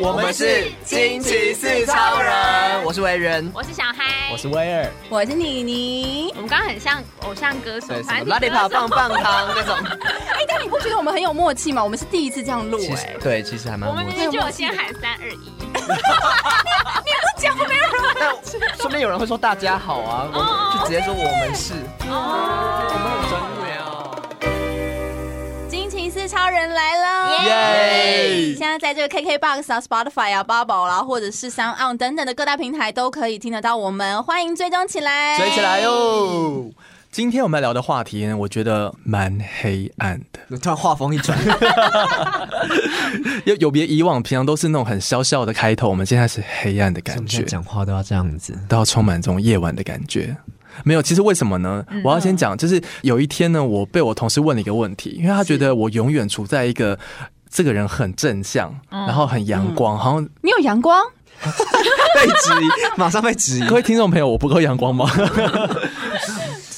我们是惊奇四超人，我是维人，我是小嗨，我是威尔，我是妮妮我。们刚刚很像偶像歌手对，，反什正么拉力跑棒棒糖那种，哎、但你不觉得我们很有默契吗？我们是第一次这样录、其哎实，对，其实还蛮我们默明契。明就有先喊三二一，但顺便有人会说大家好啊，我们就直接说我们是，哦，我们很专业哦。惊奇四超人来了！耶现！在在这个 KKBOX 啊、Spotify 啊、Bubble 啦、或者是 s o u n On 等等的各大平台都可以听得到我们，欢迎追踪起来，追起来！哟！今天我们要聊的话题呢，我觉得蛮黑暗的， 突然话锋一转， 有有别以往，平常都是那种很潇潇的开头，我们现在是黑暗的感觉，讲话都要这样子。都要充满这种夜晚的感觉。没有，其实为什么呢？嗯我要先讲，就是有一天呢，我被我同事问了一个问题，因为他觉得我永远处在一个这个人很正向，嗯然后很阳光，好像你有阳光， 被质疑，马上被质疑各。位听众朋友，我不够阳光 吗？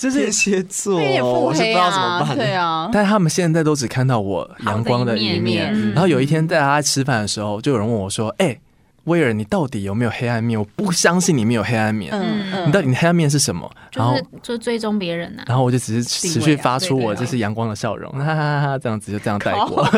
天蝎座，有点腹哦我是不黑知道怎么啊，办。对，啊，但他们现在都只看到我阳光的一面。然后有一天在大家吃饭的时候，就有人问我说：“哎、威尔，你到底有没有黑暗面？我不相信你没有黑暗面。嗯你嗯，到底你黑暗面是什么？”然后，就是就追踪别人呐，然后我就只是持啊续发出我这是阳光的笑容，哈哈哈哈，这样子就这样带过。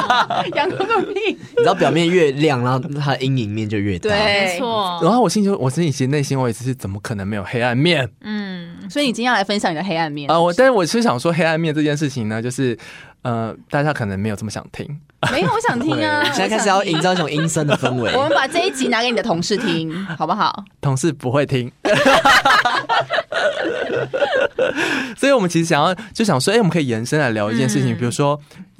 阳光个屁！你知道表面越亮，然后它的阴影面就越大。对没错，然后我心里就，我自己其实内心我也是怎么可能没有黑暗面嗯，所以你今天要来分享你的黑暗面哦啊、我但是我是想说黑暗面这件事情呢，就是呃，大家可能没有这么想听。没有，我想听啊， 现在开始要营造一种阴森的氛围我。们把这一集拿给你的同事听，好不好？同事不会听。 所以，我们其实想要就想说，哎、我们可以延伸来聊一件事情，嗯比如说，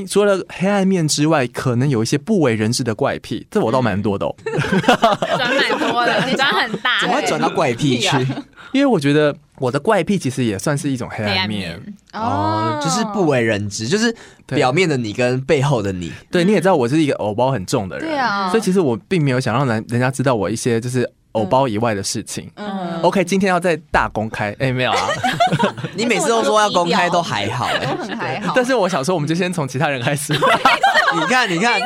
除了黑暗面之外，可能有一些不为人知的怪癖，这我倒蛮多的、哦。转蛮多的，转很大，怎么会转到怪癖去？ 因为我觉得我的怪癖其实也算是一种黑黑暗暗面。面，哦，就是不为人知，就是表面的你跟背后的你。对，你也知道我是一个偶包很重的人，对啊所以其实我并没有想让人人家知道我一些就是偶包以外的事情。嗯， OK，今天要再大公开，哎、没有啊，你每次都说要公开都还好、都哎，很还好。但是我想说，我们就先从其他人开始。 你看，你看，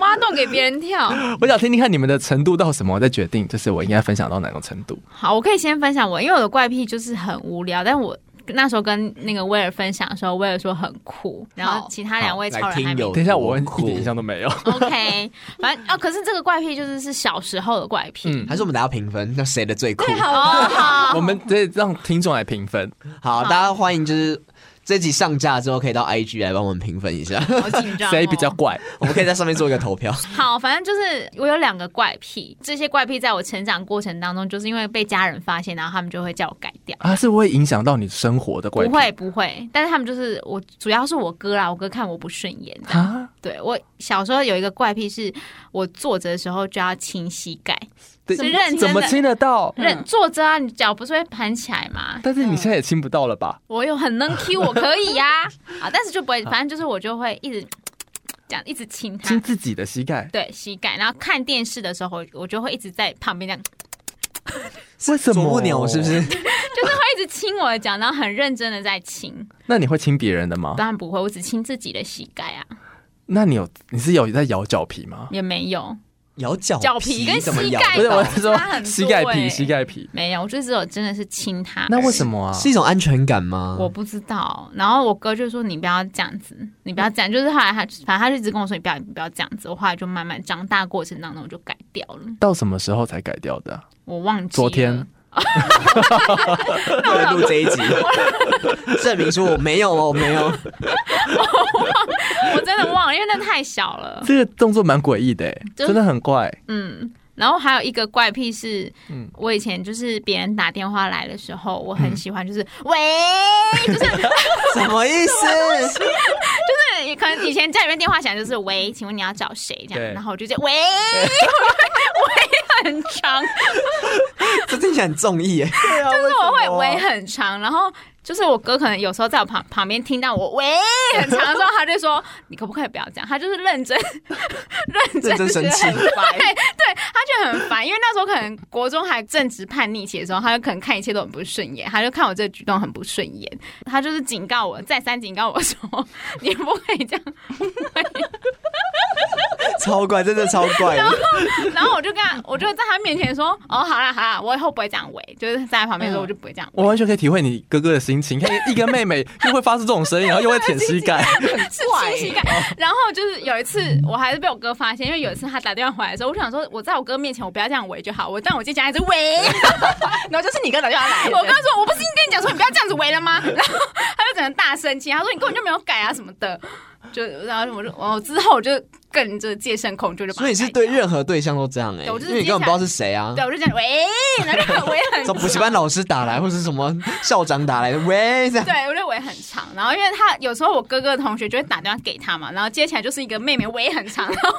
挖洞给别人跳。我想听听看你们的程度到什么，我再决定，就是我应该分享到哪种程度。好，我可以先分享我，因为我的怪癖就是很无聊，但我那时候跟那个威尔分享的时候，威尔说很酷，然后其他两位超来人还听没有等一下，我问多一酷点印象都没有。 OK，反正哦，可是这个怪癖就是是小时候的怪癖。嗯，还是我们大家评分，那谁的最酷？好哦，啊，好，我们得让听众来评分。好，大家欢迎，就是这集上架之后，可以到 IG 来帮我们评分一下，好紧张、哦。谁比较怪？我们可以在上面做一个投 票。好？反正就是我有两个怪癖，这些怪癖在我成长过程当中，就是因为被家人发现，然后他们就会叫我改掉。啊，是会影响到你生活的怪癖？不会不会，但是他们就是我，主要是我哥啦，我哥看我不顺眼。 啊，对我小时候有一个怪癖，是我坐着的时候就要亲膝盖，对是认真的怎么亲得到？认坐着啊，你脚不是会盘起来吗？但是你现在也亲不到了吧？我有很能 Q，我可以 呀、啊，但是就不会，反正就是我就会一直这样一直亲他亲，自己的膝盖，对膝盖，然后看电视的时候，我就会一直在旁边这样，为什啄么？木鸟是不？是？就是会一直亲我的脚，然后很认真的在亲。那你会亲别人的吗？当然不会，我只亲自己的膝盖啊，那你有你是有在咬脚皮吗？也没有 咬脚脚皮跟怎么膝咬盖不是，吧我是说差很多膝盖皮，欸膝盖皮。没有，我就只有真的是亲他。那为什么啊？是一种安全感吗？我不知道，然后我哥就说你不要这样子，你不要这样。就是后来他，反正他就一直跟我说你不要，你不要这样子。我后来就慢慢长大过程当中我就改掉了，到什么时候才改掉的啊？我忘记昨天 了为了录这一集， 证明说我没有哦，我没有。我真的忘了，因为那太小了。 这个动作蛮诡异的欸，就是真的很怪。嗯，然后还有一个怪癖是，嗯我以前就是别人打电话来的时候，我很喜欢就是、 喂，什么意思？就是 可能以前家里面电话响就是喂，请问你要找谁这对样，然后我就这样喂， 喂很长，这听起来很中意耶。就是哦我会喂很长，然后就是我哥可能有时候在我旁旁边听到我喂很长的时候，他就说你可不可以不要这样，他就是认真认认真生气 觉得很烦对对，他觉真的很烦，因为那时候可能国中还正值叛逆期的时候，他就可能看一切都很不顺眼，他就看我这个举动很不顺眼，他就是警告我，再三警告我说，你不可以这样。超怪，真的超怪的。然后我就跟他，我就在他面前说，哦，好啦好啦，我以后不会这样围，就是在他旁边说，嗯我就不会这样围我。完全可以体会你哥哥的心情。看一个妹妹又会发出这种声音，然后又会舔膝盖，是清晰感。然后就是有一次，我还是被我哥发现，因为有一次他打电话回来的时候，我想说，我在我哥面 前我不要这样围就好，我但我就讲一直围。然后就是你跟打电话 来的，我跟他说，我不是已经跟你讲说你不要这样子围了吗？ 然后他就整个大生气，他说你根本就没有改啊什么的。就然后我就我之后我就更就是戒慎恐惧，就把它所以你是改对掉任何对象都这样哎、欸对我就是因为你根本不知道是谁啊对，。我就这样喂，然后就 围很从补习班老师打来，或是什么校长打来的，喂，这 样对，我就围很长，然后因为他有时候我哥哥的同学就会打电话给他嘛，然后接起来就是一个妹妹围很长，然后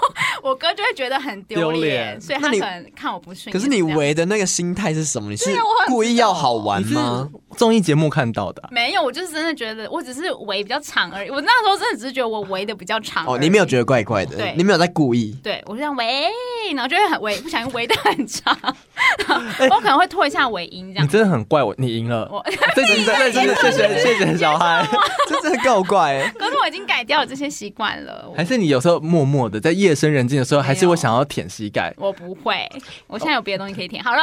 我哥就会觉得很丢丢脸，脸所以他那可你能看我不顺眼。可是你围围的那个心态是什么？你是对啊我很故意要好玩吗？综艺节目看到的啊。没有，我就是真的觉得我只是围比较长而已。我那时候真的只是觉得我围的比较长而已。哦，你没有觉得怪怪的对，你没有在故意。 对，我就这样围，然后就会很围，不小心围的很长，然后我可能会拖一下尾音哎这你样。真的很怪我，你赢了 我。这真的真的谢谢谢谢小孩，这真的够怪、 可是我已经改掉了这些习惯了，还是你有时候默默的在夜深人静的时候，还是会想要舔膝盖。我不会，我现在有别的东西可以填。好了，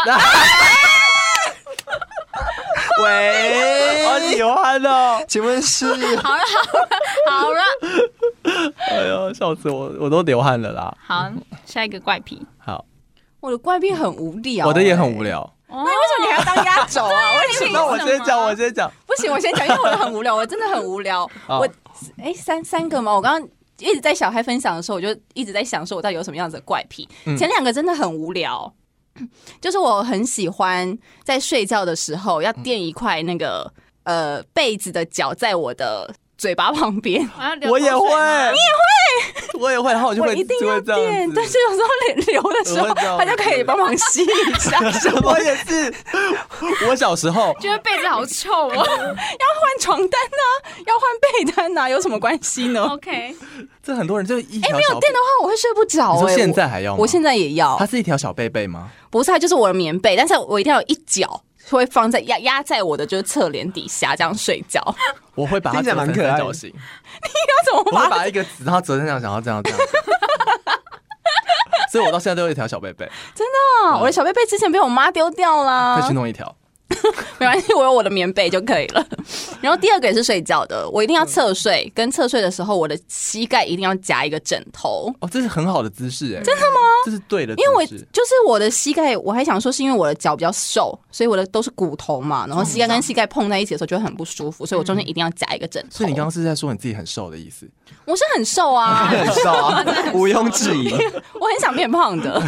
哎喂，好喜欢哦！请问是？ 好了，哎呦，笑死我，我都流汗了啦。好，下一个怪癖。好，我的怪癖很无聊、我的也很欸无。聊。哦那你为什么你还要当压轴啊？我什么那我先讲，我先讲。不行，我先讲，因为我的很无聊，我真的很无聊。 好我哎、三三个吗？我刚刚一直在小孩分享的时候，我就一直在想说我到底有什么样子的怪癖。嗯前两个真的很无聊， 就是我很喜欢在睡觉的时候要垫一块那个呃被子的脚在我的嘴巴旁边，我要流我也口会，水吗会，我也会，然后我就我会一定就要会这样垫，子。但是有时候流流的时我候，会这样它就可以帮忙吸一下， 什么我也是， 我小时候觉得被子好臭 哦。换床单呢、要换被单呢、啊有什么关系呢？ OK，这很多人就一哎、条没小有垫的话，我会睡不着、你哎，说我现在还要吗？我现在也要它，是一条小贝贝吗？不是，它就是我的棉被，但是我一定要有一角会放在压压在我的就是侧脸底下，这样睡觉。要我会把它听起来折蛮成可爱三的 角形，怎么我把会把一个纸，然后折成这样，然后这样这样。 所以我到现在都有一条小贝贝，它？我的小贝贝之前被我妈丢掉啦再，嗯去弄一条。没关系，我有我的棉被就可以了。然后第二个也是睡觉的，我一定嗯要侧睡，跟侧睡的时候，我的膝盖一定要夹一个枕头。哦，这是很好的姿势哎，真的吗？这是对的姿因为我势，就是我的膝盖，我还想说是因为我的脚比较瘦，所以我的都是骨头嘛，然后膝盖跟膝盖碰在一起的时候就会很不舒服，所以我中间一定要夹一个枕头。所以你刚刚是在说你自己很瘦的意思。我是很瘦 啊，很少啊，毋庸置疑。我很想变胖的。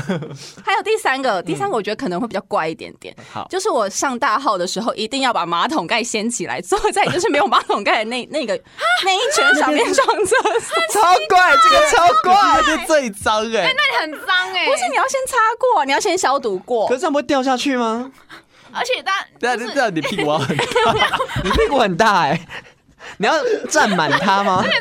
还有第三个，第三个我觉得可能会比较怪一点点，好，就是我上大号的时候一定要把马桶盖掀起来，坐在就是没有马桶盖的那 那个那一圈上面上厕所。超怪，这个欸超怪。这是最脏哎，那你很脏哎、不是你要先擦过，你要先消毒过可。是这样不会掉下去吗？而且他对啊，就这是。样你屁股要很你屁股很大哎、 你要站满它吗？哎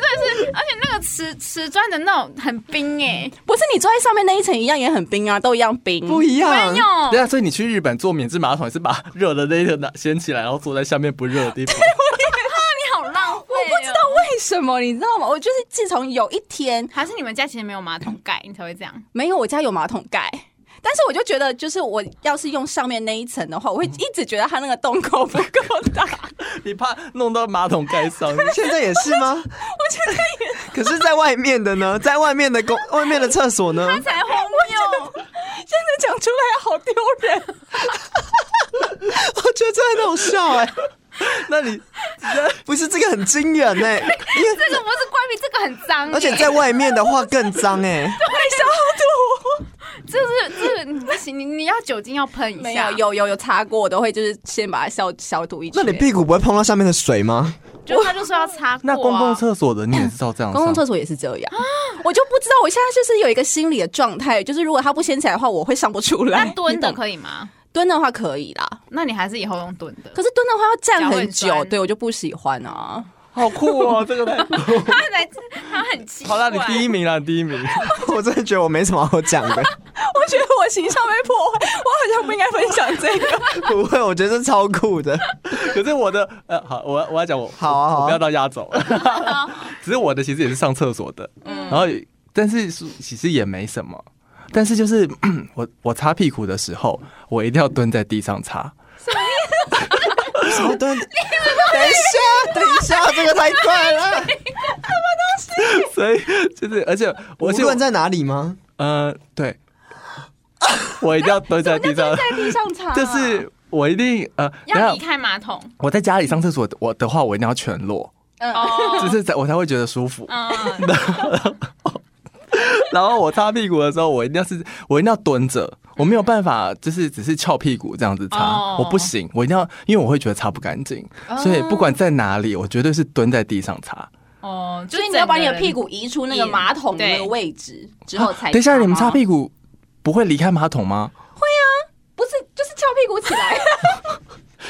而且那个瓷瓷砖的那种很冰哎、不是你坐在上面那一层一样也很冰啊，都一样冰。不一样。没。有对啊，所以你去日本坐免治马桶是把热的那个拿掀起来，然后坐在下面不热的 地方。你好浪费、哦我不知道，为什么，你知道吗？我就是自从有一天还是你们家其实没有马桶盖，你才会这样。没有，我家有马桶盖。但是我就觉得，就是我要是用上面那一层的话，我会一直觉得它那个洞口不够 大。你怕弄到马桶盖上面现在也是吗？我 现在也。可是，在外面的呢，在外面的公，外面的厕所呢？才荒谬！ 真的讲出来好丢人。 我觉得真的很好笑欸哎、 那你 不是这个很惊人哎、欸因为这个不是怪癖，这个很脏、欸，而且在外面的话更脏哎、欸 这是这是你不行，你你要酒精要喷一没下有，，有有有擦过，我都会就是先把它消消毒一圈。那你屁股不会碰到上面的水 吗？就他就说要擦过、啊。那公共厕所的你也知道这样啊上，公共厕所也是这样， 我就不知道我现在就是有一个心理的状态，就是如果它不掀起来的话，我会上不出那来。哎蹲的你懂可以吗？ 蹲的话可以啦，那你还是以后用蹲 的。可是蹲的话要站很脚会久，酸对我就不喜欢啊。好酷哦，这个太酷。他来，他很奇怪。 好啦，你第一名啦，你第一名。 我真的觉得我没什么好讲的。我觉得我的形象被破坏，我好像不应该分享这 个。不会，我觉得这超酷的。可是我的呃，好，我要我要讲我 好啊好啊我不要到压轴，只是我的其实也是上厕所的，然后但是是其实也没什么，但是就是 我我擦屁股的时候，我一定要蹲在地 上擦，什么 蹲？等一下，等一下，这个太快了。所以就是而且 我无是论在哪里吗？呃对， 我一定要蹲在 地上，地上啊擦就是我一定呃，等要一离下开马 桶我在家里上厕所我的话，我一定要全裸，嗯，哦， 就是才我才会觉得舒服。嗯， 然后我擦屁股的时候，我一定要是，我一定要蹲着，我没有办法，就是只是翘屁股这样子擦，哦我不行，我一定要，因为我会觉得擦不干净，所以不管在哪里，我绝对是蹲在地上擦。哦，就所是以你要把你的整个人屁股移出那个马桶的那个对位置之后才。啊哦啊等一下，你们擦擦吗屁股不会离开马桶吗？不是 就是翘屁股起来？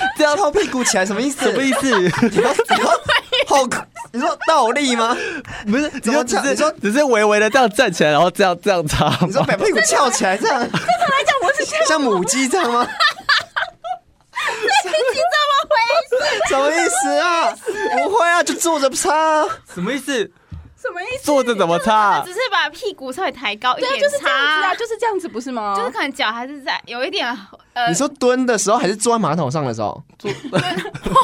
这样套屁股起来什么意思？ 什么意思？你说你说好酷，你说倒立吗？不是， 你怎么就只讲是你说只是微微的这样站起来，然后这样这样擦哦吗。你说把屁股翘起来这样，来讲我是这样像母鸡这样吗？什么意思啊？不会啊，就坐着擦啊。 什么意思？什么意思？坐着怎么擦只？是把屁股稍微抬高一对啊，点，就是这样子啊，擦就是这样子，不是吗？就是可能脚还是在有一点呃，你 说蹲的时候还是坐在马桶上的时候？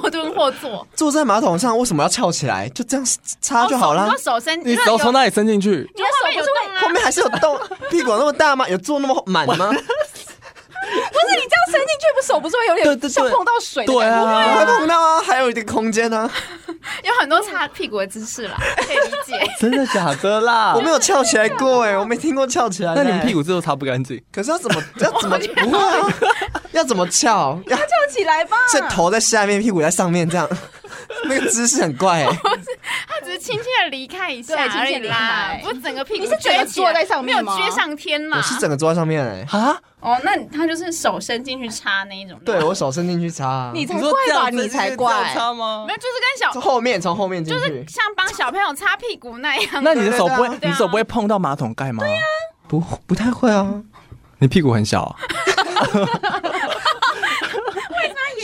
或蹲或坐坐在马桶上为什么要翘起来？就这样擦就好哦手你啦说。手伸，你如手果从哪里伸进去？你的手不有是会动啊后面还是有洞，屁股有那么大吗？有坐那么满吗？不是你这样伸进去，不手不是会有对对对点像碰到水的对感觉？我还啊，碰到啊，还有一个空间呢、啊。有有很多擦屁股的姿势啦，可以理解。 真的假的啦我？没有翘起来过哎、我没听过翘起来的那欸、你们屁股之后擦不干净？可是要怎么要怎么不会啊？要怎么翘？要翘起 来吧。是头在下面，屁股在上面这样， 那个姿势很怪 哎、 他只是轻轻的离开一对下轻而轻已地离啦开，不是整个屁股你是整个撅起来坐在上面没吗有撅上天嘛？我是整个坐在上面哎、啊？哦，那他就是手伸进去插那一种。对我手伸进去擦、啊，你才你怪说这吧，样子你才这样怪。擦吗没？有，就是跟小从后面从后面进去，像帮小朋友擦屁股那样。那你的手不对会对，对啊你手不会碰到马桶盖吗？不不太会啊。你屁股很小啊，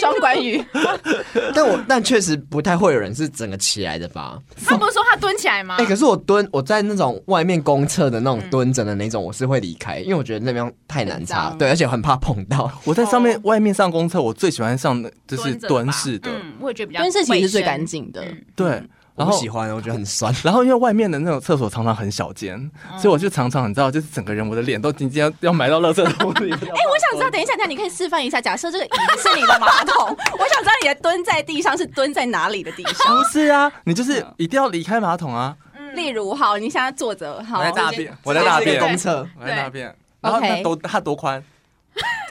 双关语，但我但确实不太会有人是整个起来的吧？他不是说他蹲起来吗啊哎、？可是我蹲我在那种外面公厕的那种蹲着的那种，我是会离开，因为我觉得那边太难擦，脏对，而且很怕碰到。 我在上面外面上公厕，我最喜欢上的就是着吧蹲式的，嗯，我也觉得比较蹲式其实是最卫生干。净的。对，我然不后喜。欢，我觉得很 酸。然后因为外面的那种厕所常常很小间，所以我就常常你知道，就是整个人我的脸都今天要要埋到垃圾桶里。哎，我想知嗯道，等一下，等一下，你可以示范一下。假设这个椅子是你的马桶，我想知道你的蹲在地上是蹲在哪里的地上。不是啊，你就是一定要离开马桶啊！嗯嗯例如，好，你现在坐着，好我，在大便，我在大这是一个便公，厕，我在大便。对然后它 OK 多它多宽，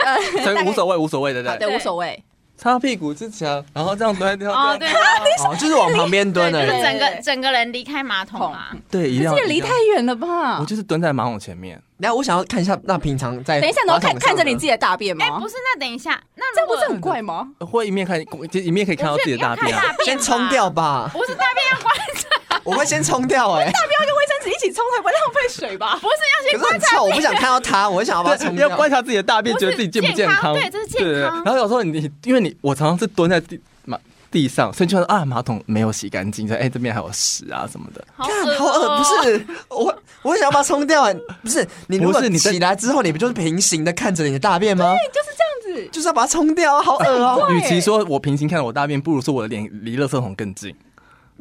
呃， 所以无所谓无所谓的好对。对，无所谓。擦屁股之前，然后这样蹲在 地哦，上。对，哦，就是往旁边蹲对，而就已是。整对个对整个人离开马桶啊。 对，一定要这个离一太定要远了吧我？就是蹲在马桶前面。然后我想要看一下，那平常在等一下，然后看马桶上看的着你自己的大便哎，吗不？是，啊那等一下，那哦这如样不果是很怪吗？会一面看，就一面可以看到我自觉己得的大你便要啊看。大便，先冲掉，吧，不是大便要关，我会先冲掉哎、不要跟卫生纸一起冲，才不会浪费水吧？可不是要先是很观察臭，我不想看到它，我会想要把它对，冲你要掉。观察自己的大便，不觉是得自己健不健康康。对这是健康然后有时候你，因为你，我常常是蹲在地马地上，所以就说啊，马桶没有洗干净，所以哎，这边还有屎啊什么的。好看恶，好恶，不。是我，我想要把它冲掉、哎，不是你如不果是你在起来之后，你不就是平行的看着你的大便吗？就是这样子。就是要把它冲掉啊，好恶哦、与其说我平行看我大便，不如说我的脸离垃圾桶更近。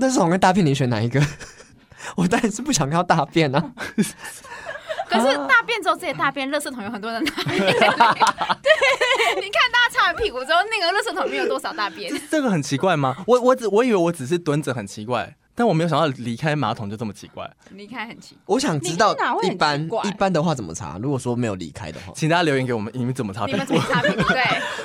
那是我跟大便，你选哪一个？ 我当然是不想看到大便 啊！可是大便之后，自己的大便，垃圾桶有很多人大便。对， 你看大家擦完屁股之后，那个垃圾桶没有多少大 便。这个很奇怪吗？我我只我以为我只是蹲着很奇怪，但我没有想到离开马桶就这么奇怪。离开很奇怪，我想知道你看哪会一很般奇怪一般的话怎么查？如果说没有离开的 话，请大家留言给我们，你们怎么擦你屁们怎股么？擦屁股？对，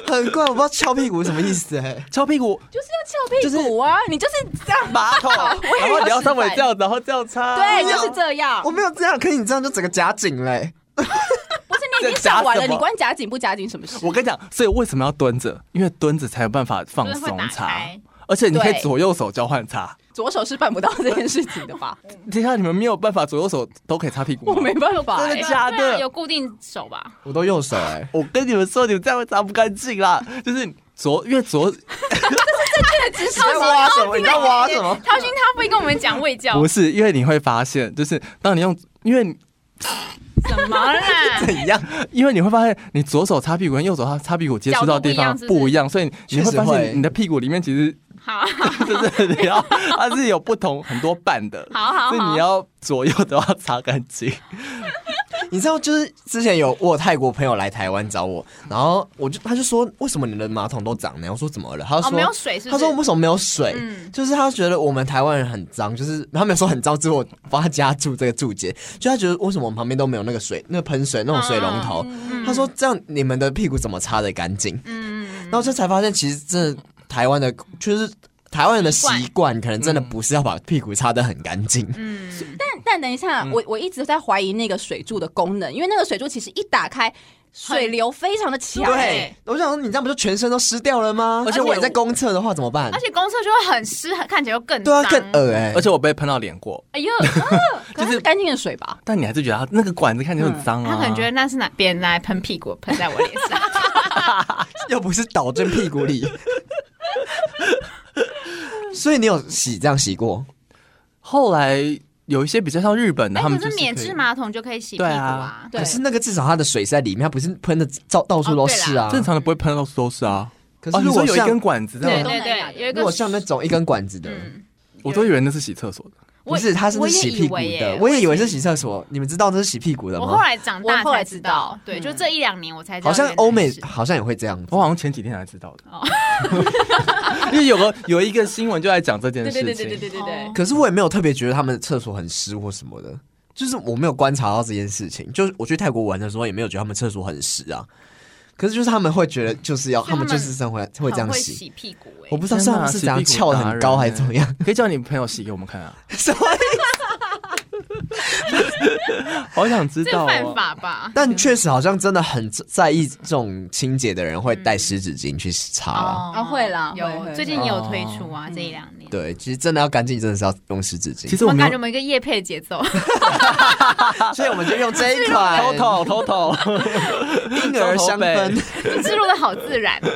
很怪，我不知道翘屁股是什么意思哎、 擦屁股，就是要翘屁股啊！你就是这样吧。马桶，以为然后你要稍微这样，然后这样擦。对，就是这样我。没有这样，可是你这样就整个夹紧嘞、不是你已经想完了，你关夹紧不夹紧什么事？我跟你讲，所以为什么要蹲着？因为蹲着才有办法放就是会松打擦开，哎而且你可以对左右手交换擦。左手是办不到这件事情的吧？天下你们没有办法左右手都可以擦屁股我吗？没办法欸、真的假对啊的？有固定手吧？我都右手哎、我跟你们说，你们这样会擦不干净啦。就是左，因为左你在挖什么？你在挖什 么？陶勋他不会跟我们讲卫教 不是，因为你会发现，就是当你 用，因为什么啦？怎样？因为你会发现，你左手擦屁股跟右手擦擦屁股接触到的地方角度不一样是不是不一样，所以你会发确实会现你的屁股里面其实好 就是你要，它是有不同很多瓣的，好好所以你好，要左右都要擦干净。你知道，就是之前有我有泰国朋友来台湾找我，然后我就他就说，为什么你的马桶都长那样？我说怎么了？他就哦，说、没有水是不他是说为？什么没有水？嗯就是他觉得我们台湾人很脏，就是他没有说很脏，只是我帮他加注这个注解，就他觉得为什么我们旁边都没有那个水，那个喷水那种水龙头？嗯他说这样你们的屁股怎么擦的干净？嗯，然后这才发现，其实真的台湾的，就是台湾人的习惯，可能真的不是要把屁股擦得很干净。嗯，但但等一下，我我一直在怀疑那个水柱的功能，因为那个水柱其实一打开，水流非常的强、欸。对，我想说你这样不就全身都湿掉了吗？啊而且如果我你在公厕的话怎么办而？且公厕就会很湿，很看起来又更对啊，脏更恶哎、而且我被喷到脸过，哎呦，可就是是干净的水吧？但你还是觉得它那个管子看起来很脏嗯啊。他可能觉得那是哪别人拿来喷屁股，喷在我脸 上。 又不是倒进屁股 里。所以你有洗这样洗过？后来有一些比较像日本的，哎，他们可就是是免可以治马桶就可以洗屁股对啊啊。对可是那个至少它的水是在里面，它不是喷的到到处都是啊。正常的不会喷到都是啊。可是哦，你如说果有一像、根管子这对样，对对对，有一啊如个果像那种一根管子的，嗯，我都以为那是洗厕所的。不是它是我也洗屁以股为的耶，我也以为是洗厕所。你们知道这是洗屁股的我后吗？来长大我后才来知知道道，对，嗯就这一两年我才知道好原像来是。欧美好像也会这样子我。好像前几天才知道的。哦 因为有个有一个新闻就在讲这件对事对情。对对对对对对哦。可是我也没有特别觉得他们的厕所很湿或什么的，就是我没有观察到这件事情。就是我去泰国玩的时候，也没有觉得他们厕所很湿啊。可是就是他们会觉得就是要，所以他他们们就是生活会这很样会洗。洗屁股哎我，不知道是天他哪们是怎样洗屁翘股得达人很高还是怎么 样，可以叫你朋友洗给我们看 啊！所以 好想知这道、犯哦。法吧？但确实好像真的很在意这种清洁的人会带湿纸巾去擦哦啦。啊会啦会有会哦嗯最近也有推出啊，这一两年。对，其实真的要干净，真的是要用湿纸巾。其实我我们没感觉有我们一个夜配节奏， 所以我们就用这一款 头头头头，婴儿香氛。你植入的好自然哦，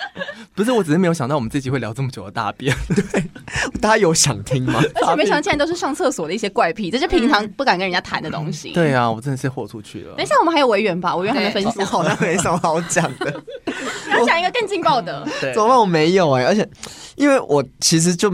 不是，我只是没有想到我们这集会聊这么久的大便。 大家有想听吗？ 而且没想到竟然都是上厕所的一些怪癖，这是平常不敢跟人家谈的东西。，对啊，我真的是豁出去了等一。下我们还有委员吧，委员还没分享，我好像没什么好讲的，要 讲一个更劲爆的。对怎么办？我没有哎、而且因为我其实就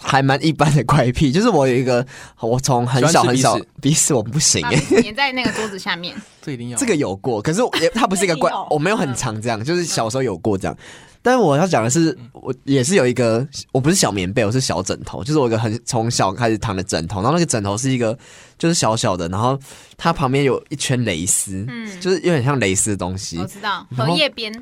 还蛮一般的怪癖， 就是我有一个，我从很小喜欢吃很小鼻屎鼻屎我不行把哎、它粘在那个桌子 下面。这一定要这个有过，可是我也它不是一个 怪这个有，我没有很常这样，就是小时候有过这样。嗯但我要讲的是，我也是有一个，我不是小棉被，我是小枕头，就是我有一个很从小开始躺的枕头，然后那个枕头是一个就是小小的，然后它旁边有一圈蕾丝，嗯就是有点像蕾丝的东哦西我，知道，然荷后叶边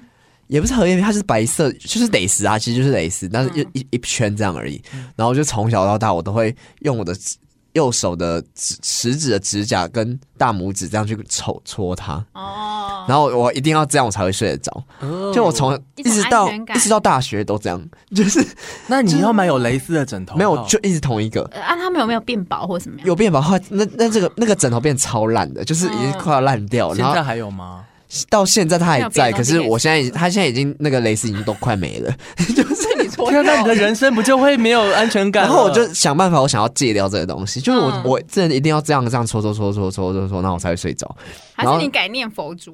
也不是荷叶边，它是白色，就是蕾丝啊，其实就是蕾丝，但是嗯一、一一圈这样而已。然后我就从小到大，我都会用我的指右手的指食指的指甲跟大拇指这样去搓搓它，哦，然后我一定要这样，我才会睡得着。哦就我从一一种直到安全感一直到大学都这样，就是那你要买有蕾丝的枕头套，哦没有就一直同一个。呃啊，他们有没有变薄或怎么样？有变吧？后来那那这个那个枕头变超烂的，就是已经快要烂掉。现然在后还有吗？到现在它还没有别的在，东可西是我现在已它现在已经那个蕾丝已经都快没了。是你搓天啊，那你的人生不就会没有安全感了？然后我就想办法，我想要戒掉这个东西，就是我、嗯我真的一定要这样这样搓搓搓搓搓搓搓，那我才会睡 着。还是你改念 佛哦珠？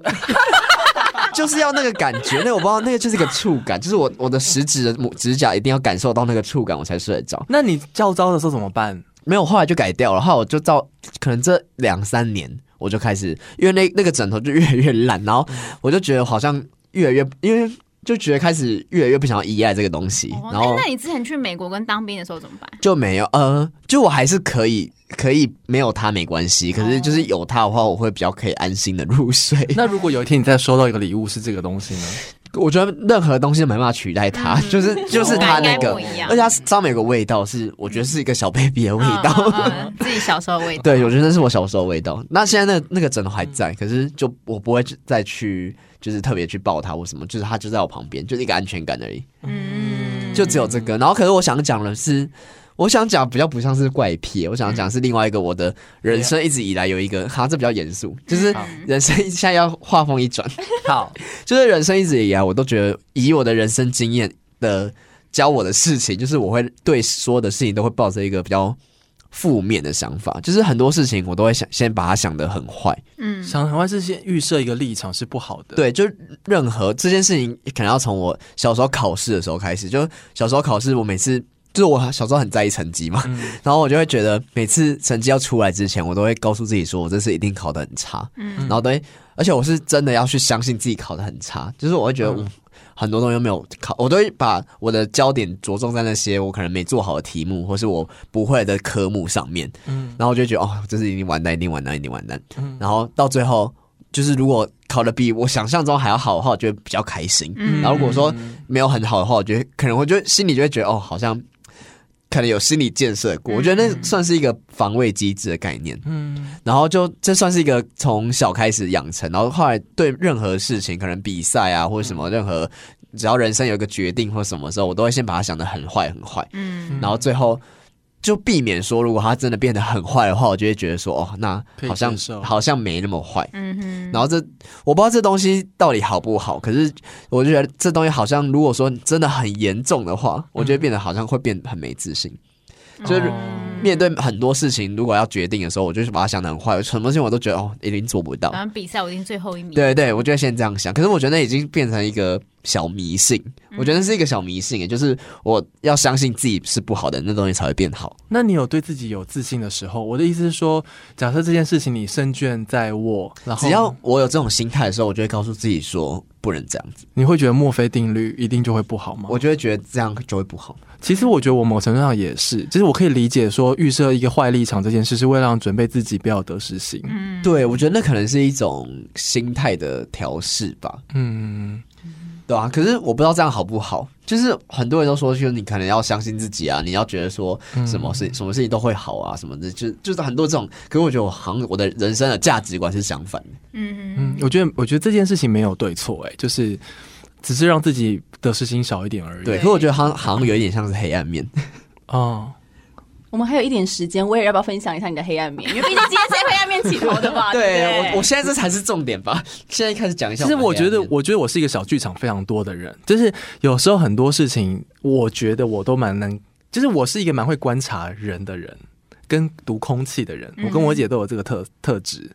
就是要那个感觉，那个我不知道，那个就是一个触感，就是我我的食指的拇指甲一定要感受到那个触感，我才睡得着。那你叫招的时候怎么办？没有，后来就改掉了。后来我就到可能这两三年，我就开始，因为那那个枕头就越来越烂，然后嗯我就觉得好像越来越，因为就觉得开始越来越不想要依赖这个东西，哦然后那那你之前去美国跟当兵的时候怎么办？就没有，呃，就我还是可以可以没有它没关哦系，可是就是有它的话，我会比较可以安心的入睡。那如果有一天你再收到一个礼物是这个东西呢？ 我觉得任何东西都没办法取代它，嗯就是就是它那应该个不一样，而且它上面有个味道是，我觉得是一个小 baby 的味道。嗯嗯嗯自己小时候的味 道。对，我觉得那是我小时候的味道。那现在那那个枕头还嗯在，可是就我不会再去，就是特别去抱它或什么，就是它就在我旁边，就是一个安全感而已，嗯，就只有这个。然后，可是我想讲的是，我想讲比较不像是怪癖，我想讲是另外一个我的人生一直以来有一个，哈，这比较严肃，嗯就是人生一现在要话锋一转，好，就是人生一直以来我都觉得以我的人生经验的教我的事情，就是我会对所有的事情都会抱着一个比较负面的想法，就是很多事情我都会想先把它想得很坏，嗯，想很快是先预设一个立场是不好的，，对，就任何这件事情，可能要从我小时候考试的时候开始。就小时候考试，我每次就是我小时候很在意成绩嘛，然后我就会觉得每次成绩要出来之前，我都会告诉自己说，我这次一定考得很差。然后对，而且我是真的要去相信自己考得很差，就是我会觉得嗯我很多东西都没有考，我都会把我的焦点着重在那些我可能没做好的题目，或是我不会的科目上面。嗯然后我就觉得哦，这是一定完蛋，一定完蛋，一定完蛋。嗯然后到最后，就是如果考的比我想象中还要好的话，我觉得比较开心。嗯然后如果说没有很好的话，我觉得可能我就心里就会觉得哦，好像可能有心理建设过。我觉得那算是一个防卫机制的概念。嗯，然后就这算是一个从小开始养成，然后后来对任何事情，可能比赛啊或者什么，任何只要人生有一个决定或什么时候，我都会先把它想得很坏很坏。嗯，然后最后就避免说，如果他真的变得很坏的话，我就会觉得说，哦，那可以好像接受好像没那么坏。嗯哼，然后这我不知道这东西到底好不好，可是我就觉得这东西好像，如果说真的很严重的话，我觉得变得好像会变得很没自信。就是嗯面对很多事情，如果要决定的时候，我就是把它想得很坏，什么事情我都觉得哦，一定做不到。然后比赛我已经最后一名，，对对，我就会先这样想。可是我觉得那已经变成一个小迷信，我觉得那是一个小迷信，也就是我要相信自己是不好的，那东西才会变好。那你有对自己有自信的时候？我的意思是说，假设这件事情你胜券在握，然后只要我有这种心态的时候，我就会告诉自己说不能这样子，你会觉得墨菲定律一定就会不好吗？我就会觉得这样就会不好。其实我觉得我某程度上也是，其实我可以理解说预设一个坏立场这件事是为了让准备自己不要得失心。嗯，对，我觉得那可能是一种心态的调试吧，嗯，对啊，可是我不知道这样好不好，就是很多人都说，就是你可能要相信自己啊，你要觉得说嗯什么事、什么事情都会好啊，什么的，就就是很多这种。可是我觉得我好像我的人生的价值观是相反的。嗯嗯，我觉得我觉得这件事情没有对错，哎，就是只是让自己得失心少一点而已。对，可是我觉得好像好像有一点像是黑暗面。哦，我们还有一点时间，我也要不要分享一下你的黑暗面？因为毕竟今天是黑暗面起头的 嘛。对不对，我，我现在这才是重点吧。现在开始讲一下啊其实我的黑觉暗面得，我觉得我是一个小剧场非常多的人，就是有时候很多事情，我觉得我都蛮能，就是我是一个蛮会观察人的人，跟读空气的人，我跟我姐都有这个特特质。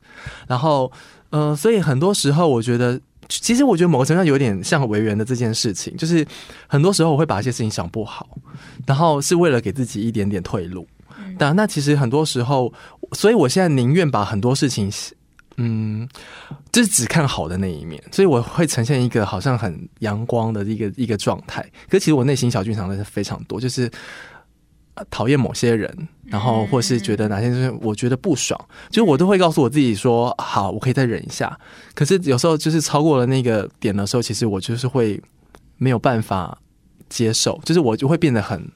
然后，呃，所以很多时候我觉得，其实我觉得某个程度上有点像维园的这件事情，就是很多时候我会把一些事情想不好，然后是为了给自己一点点退路。但那其实很多时候，所以我现在宁愿把很多事情，嗯，就是只看好的那一面，所以我会呈现一个好像很阳光的一个一个状态。可其实我内心小剧场真的是非常多，就是呃讨厌某些人，然后或是觉得哪些就是我觉得不爽，就是我都会告诉我自己说，好，我可以再忍一下。可是有时候就是超过了那个点的时候，其实我就是会没有办法接受，就是我就会变得很，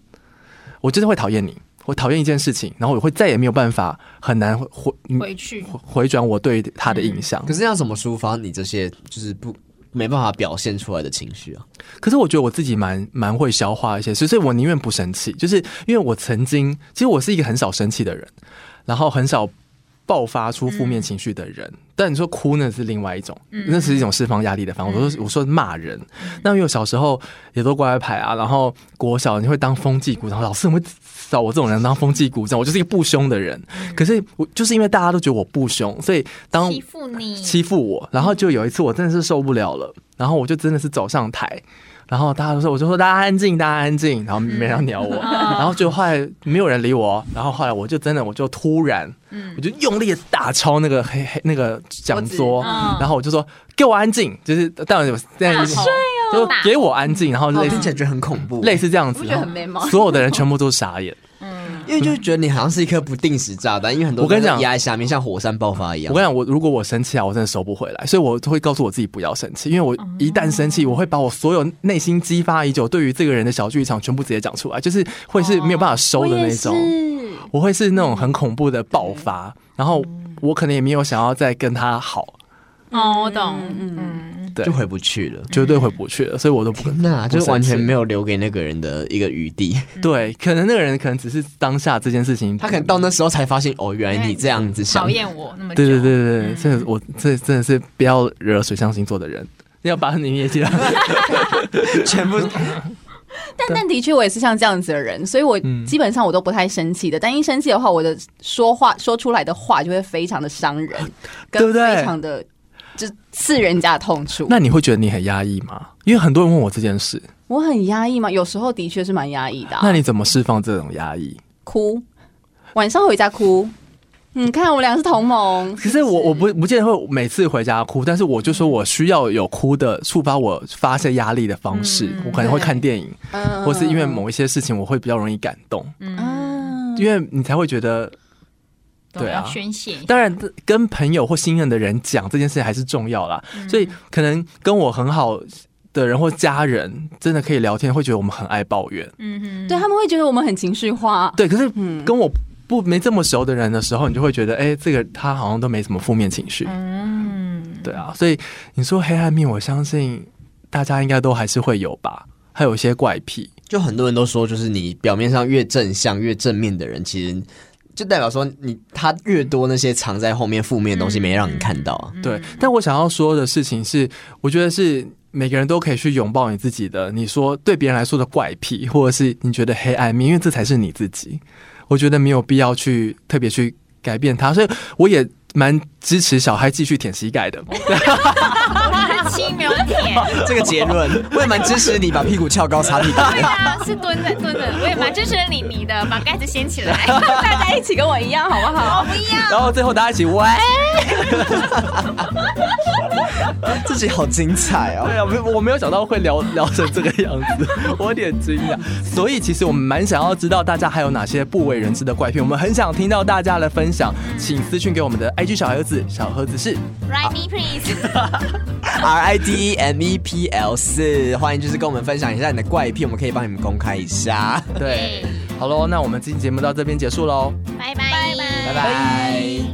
我就是会讨厌你，我讨厌一件事情，然后我会再也没有办法很难回嗯回去，回转我对他的印象。可是要怎么抒发你这些就是不没办法表现出来的情绪啊？可是我觉得我自己蛮蛮会消化一些事，所以我宁愿不生气，就是因为我曾经，其实我是一个很少生气的人，然后很少爆发出负面情绪的人。但你说哭那是另外一种，那是一种释放压力的方法。我说我说骂人，那因为我小时候也都乖乖牌啊，然后国小你会当风纪股长，老师怎么会找我这种人当风纪股长？我就是一个不凶的人，可是我就是因为大家都觉得我不凶，所以当欺负 你，欺负我，嗯然后就有一次我真的是受不了了，然后我就真的是走上台，然后大家都说，我就说大家安静，大家安静，嗯然后没人要鸟 我，嗯然后就后来没有人理我，然后后来我就真的我就突然，嗯我就用力的大敲那个黑黑那个讲桌，嗯然后我就说给我安静，就是当然有但大就 吼是就说给我安静，然后我类哦听起似来觉得很恐怖，类似这样子，不觉得很 man 吗？所有的人全部都傻眼。因为就觉得你好像是一颗不定时炸弹，因为很多我跟你讲东西压在下面像火山爆发一样。我跟你讲，我如果我生气啊，我真的收不回来，所以我会告诉我自己不要生气，因为我一旦生气，我会把我所有内心激发已久对于这个人的小剧场全部直接讲出来，就是会是没有办法收的那哦种，我会是那种很恐怖的爆发，然后我可能也没有想要再跟他好。哦，我懂，嗯嗯，对就回不去了。绝对回不去了，所以我都不天哪，啊就是完全没有有留给那个人的一个余地。对，可能那个人可能只是当下这件事情，他可能到那时啊候才发现，哦，原来你这样子想讨。厌我那么久，对对对对对，这个我这真的是不要惹水象星座的人，要把你 也记到全部但但的确，我也是像这样子的人，所以我嗯基本上我都不太生气的。但一生气的话，我的说话说出来的话就会非常的伤人，对跟不对非常的就刺人家的痛处。那你会觉得你很压抑吗？因为很多人问我这件事，我很压抑嘛，有时候的确是蛮压抑的啊、那你怎么释放这种压抑？哭，晚上回家哭。你看，我们俩是同盟，可是我我不不见得会每次回家哭，但是我就说我需要有哭的触发我发泄压力的方式，我可能会看电影，嗯或是因为某一些事情我会比较容易感动，啊，因为你才会觉得懂对啊要宣泄一下，当然，跟朋友或信任的人讲这件事还是重要啦。所以可能跟我很好的人或家人，真的可以聊天，会觉得我们很爱抱怨。嗯哼，对他们会觉得我们很情绪化。对，可是跟我不没这么熟的人的时候，你就会觉得，哎、这个他好像都没什么负面情绪。嗯，对啊，所以你说黑暗面，我相信大家应该都还是会有吧，还有一些怪癖。就很多人都说，就是你表面上越正向、越正面的人，其实就代表说你他越多那些藏在后面负面的东西没让你看到啊。对，但我想要说的事情是，我觉得是每个人都可以去拥抱你自己的，你说对别人来说的怪癖，或者是你觉得黑暗面，因为这才是你自己。我觉得没有必要去特别去改变它，所以我也蛮支持小孩继续舔膝盖的。我是七秒铁， 这个结论，我也蛮支持你把屁股翘高擦屁股 对的。啊，是蹲着蹲着，我也蛮支持你你的，把盖子掀起来，大家一起跟我一样，好不好？不一样，然后最后大家一起喂，自己好精彩哦对！啊，我我没有想到会聊聊成这个样子，我有点惊讶。所以其实我们蛮想要知道大家还有哪些不为人知的怪癖，我们很想听到大家的分享，请私讯给我们的 IG 小盒子，小盒子是 Write me please。 R I D E M E P L 四，欢迎就是跟我们分享一下你的怪癖，我们可以帮你们公开一下。对。好喽，那我们今天节目到这边结束喽，拜拜拜拜拜拜。